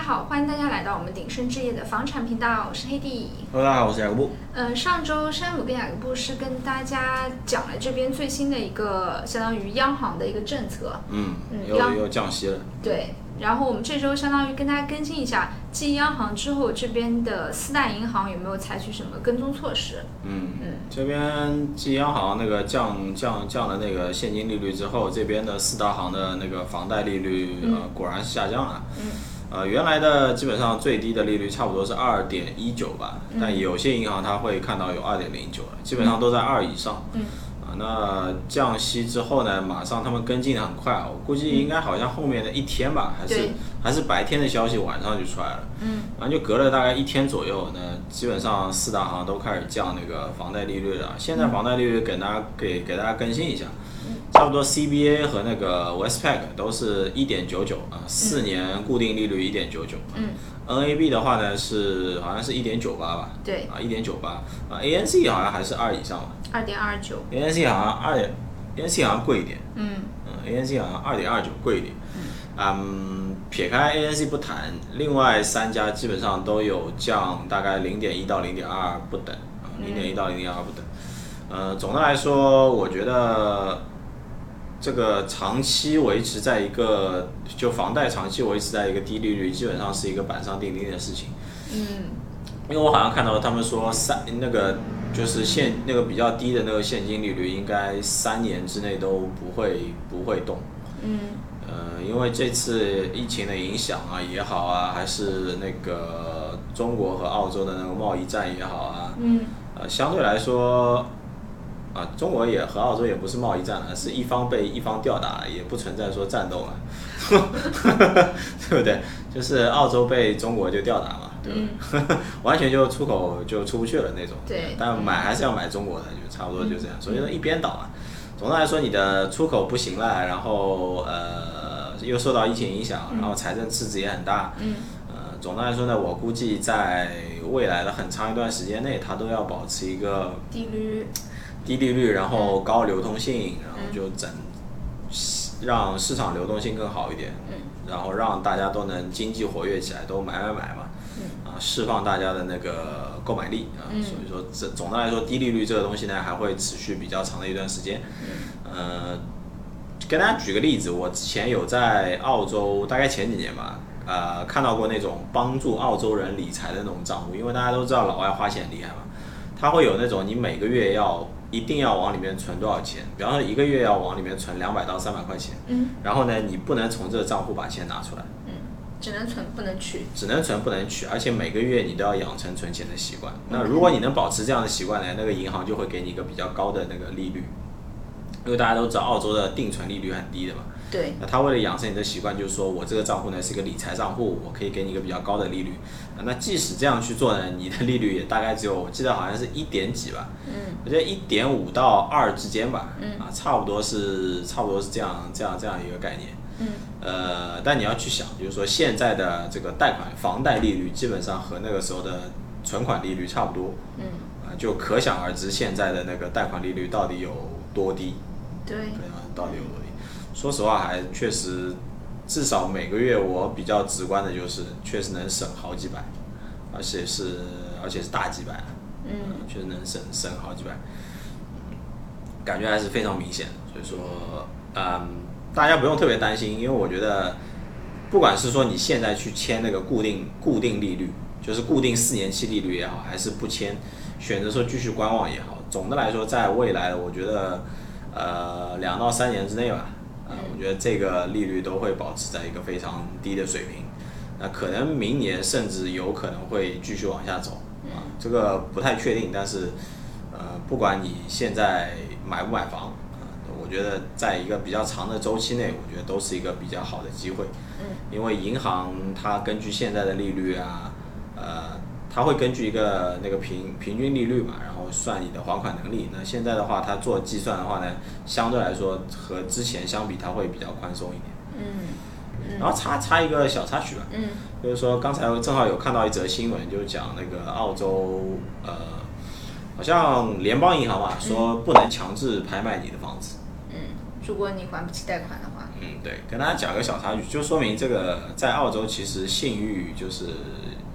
好，欢迎大家来到我们鼎盛置业的房产频道，我是黑弟。 Hello，大家好，我是雅各布。呃，上周山姆跟雅各布是跟大家讲了这边最新的一个相当于央行的一个政策，嗯嗯，又央又降息了。对。然后我们这周相当于跟大家更新一下，继央行之后，这边的四大银行有没有采取什么跟踪措施？嗯，嗯这边继央行那个降降降了那个现金利率之后，这边的四大行的那个房贷利率呃果然是下降了。嗯呃，原来的基本上最低的利率差不多是二点一九吧，嗯但有些银行它会看到有二点零九了，基本上都在二以上。嗯啊，那降息之后呢，马上他们跟进的很快啊，我估计应该好像后面的一天吧，还是嗯对还是白天的消息晚上就出来了。嗯，然后就隔了大概一天左右呢，基本上四大行都开始降那个房贷利率了。现嗯在房贷利率给大家给给大家更新一下，差不多 CBA 和那个 Westpac 都是一点九九啊，四年固定利率一点九啊九。嗯。 NAB 的话呢是好像是一点九八吧？对啊，一点九八啊，ANC 好像还是二以上吧二点二九， ，ANC 好像二点，ANC 好像贵一点。嗯嗯，ANC 好像二点二九贵一点。嗯，撇开 ANC 不谈，另外三家基本上都有降大概零点一到零点二不等，啊零点一到零点二不等。呃，总的来说，我觉得这个长期维持在一个就房贷长期维持在一个低利率，基本上是一个板上钉钉的事情。嗯因为我好像看到他们说三那个就是现那个比较低的那个现金利率，应该三年之内都不会不会动。嗯呃，因为这次疫情的影响啊也好啊，还是那个中国和澳洲的那个贸易战也好啊，嗯呃，相对来说，啊，中国也和澳洲也不是贸易战了，是一方被一方吊打，也不存在说战斗了， 对不对？就是澳洲被中国就吊打嘛，对不对？ 完全就出口就出不去了那种。对但买还是要买中国的，就差不多就这样，所以说一边倒啊。总的来说，你的出口不行了，然后呃又受到疫情影响，然后财政赤字也很大，嗯呃，总的来说呢，我估计在未来的很长一段时间内，它都要保持一个低率，低利率，然后高流通性，然后嗯就整让市场流动性更好一点，嗯然后让大家都能经济活跃起来，都买买买嘛，啊，释放大家的那个购买力啊。嗯所以说，这总的来说，低利率这个东西呢，还会持续比较长的一段时间。嗯呃，跟大家举个例子，我之前有在澳洲，大概前几年吧，呃，看到过那种帮助澳洲人理财的那种账户，因为大家都知道老外花钱很厉害嘛，他会有那种你每个月要一定要往里面存多少钱，比方说一个月要往里面存两百到三百块钱，嗯然后呢，你不能从这个账户把钱拿出来，嗯，只能存不能取，只能存不能取，而且每个月你都要养成存钱的习惯。那如果你能保持这样的习惯呢，那个银行就会给你一个比较高的那个利率，因为大家都知道澳洲的定存利率很低的嘛。对，那他为了养成你的习惯，就是说我这个账户呢是一个理财账户，我可以给你一个比较高的利率。啊那即使这样去做呢，你的利率也大概只有我记得好像是一点几吧，嗯我觉得一点五到二之间吧，嗯啊，差不多是差不多是这样这样这样一个概念。嗯。呃，但你要去想，就是说现在的这个贷款房贷利率基本上和那个时候的存款利率差不多，嗯，啊，就可想而知现在的那个贷款利率到底有多低，对对，吧？到底有多低？说实话，还确实，至少每个月我比较直观的就是，确实能省好几百，而且是而且是大几百，啊嗯，确实能省省好几百，感觉还是非常明显的。所以说，嗯，大家不用特别担心，因为我觉得，不管是说你现在去签那个固定固定利率，就是固定四年期利率也好，还是不签，选择说继续观望也好，总的来说，在未来，我觉得，呃，两到三年之内吧，呃，我觉得这个利率都会保持在一个非常低的水平。那可能明年甚至有可能会继续往下走啊，这个不太确定。但是，呃，不管你现在买不买房啊，我觉得在一个比较长的周期内，我觉得都是一个比较好的机会。嗯因为银行它根据现在的利率啊，呃，它会根据一个那个平平均利率嘛，然后算你的还款能力。那现在的话，它做计算的话呢，相对来说和之前相比，它会比较宽松一点。嗯然后插插一个小插曲吧，嗯就是说，刚才我正好有看到一则新闻，就是讲那个澳洲，呃，好像联邦银行吧，说不能强制拍卖你的房子，嗯如果你还不起贷款的话。嗯，对，跟大家讲个小插曲，就说明这个在澳洲其实信誉就是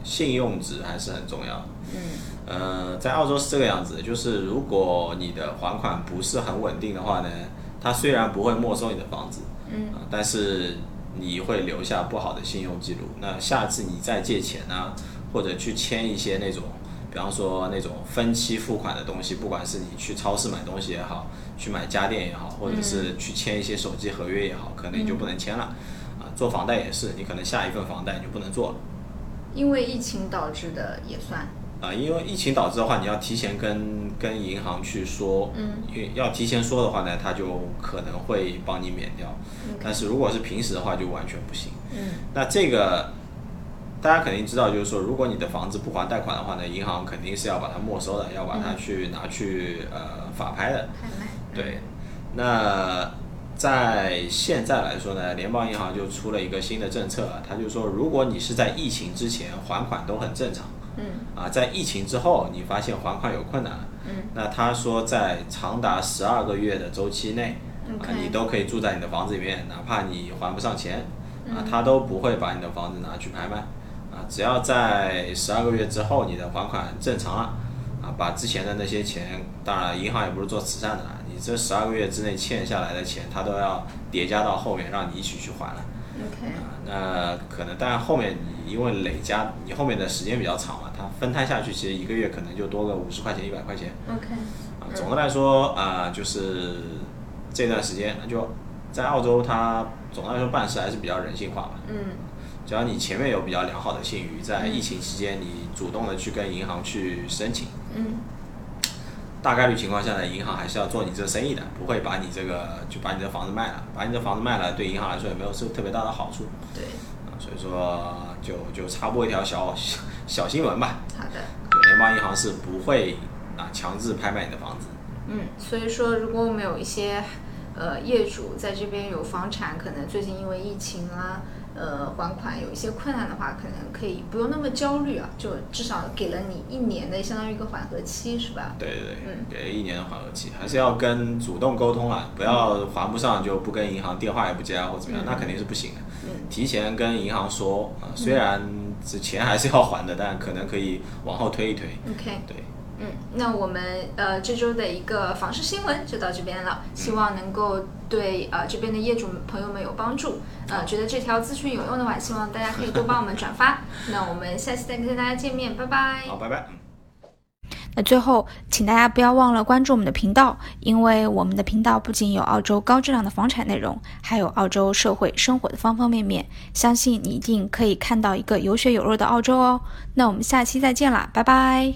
信用值还是很重要的。嗯呃，在澳洲是这个样子，就是如果你的还款不是很稳定的话呢，它虽然不会没收你的房子，嗯啊但是你会留下不好的信用记录。那下次你再借钱啊，或者去签一些那种，比方说那种分期付款的东西，不管是你去超市买东西也好，去买家电也好，或者是去签一些手机合约也好，可能你就不能签了。啊，做房贷也是，你可能下一份房贷你就不能做了。因为疫情导致的也算。啊，因为疫情导致的话，你要提前跟跟银行去说，嗯，因为要提前说的话呢，他就可能会帮你免掉。但是如果是平时的话，就完全不行。嗯那这个大家肯定知道，就是说，如果你的房子不还贷款的话呢，银行肯定是要把它没收的，要把它去拿去呃法拍的。拍卖。对，那在现在来说呢，联邦银行就出了一个新的政策，它就说，如果你是在疫情之前还款都很正常。嗯啊，在疫情之后，你发现还款有困难，嗯那他说在长达十二个月的周期内，啊 OK，你都可以住在你的房子里面，哪怕你还不上钱，啊嗯，他都不会把你的房子拿去拍卖，啊，只要在十二个月之后你的还款正常了，啊，把之前的那些钱，当然银行也不是做慈善的啦，你这十二个月之内欠下来的钱，他都要叠加到后面让你一起去还了。 OK，啊，那可能，但后面你因为累加，你后面的时间比较长了，它分摊下去，其实一个月可能就多个五十块钱、一百块钱 OK，啊。总的来说啊、就是这段时间就在澳洲，它总的来说办事还是比较人性化吧。嗯只要你前面有比较良好的信誉，在疫情期间你主动的去跟银行去申请，嗯大概率情况下呢，银行还是要做你这生意的，不会把你这个就把你的房子卖了，把你的房子卖了，对银行来说也没有特特别大的好处。对，啊，所以说就就插播一条小小小新闻吧，好的。对联邦银行是不会啊强制拍卖你的房子。嗯，所以说，如果我们有一些呃业主在这边有房产，可能最近因为疫情啦、呃还款有一些困难的话，可能可以不用那么焦虑啊，就至少给了你一年的相当于一个缓和期，是吧？对对对，嗯给一年的缓和期，还是要跟主动沟通啊，不要还不上就不跟银行电话也不接啊，或怎么样，嗯那肯定是不行的。嗯提前跟银行说啊，虽然这钱还是要还的，但可能可以往后推一推。 ，OK，对，嗯，那我们呃这周的一个房市新闻就到这边了，希望能够对呃这边的业主朋友们有帮助。呃，觉得这条资讯有用的话，希望大家可以多帮我们转发。那我们下期再跟大家见面，拜拜。好，拜拜。嗯那最后，请大家不要忘了关注我们的频道，因为我们的频道不仅有澳洲高质量的房产内容，还有澳洲社会生活的方方面面。相信你一定可以看到一个有血有肉的澳洲哦。那我们下期再见啦，拜拜。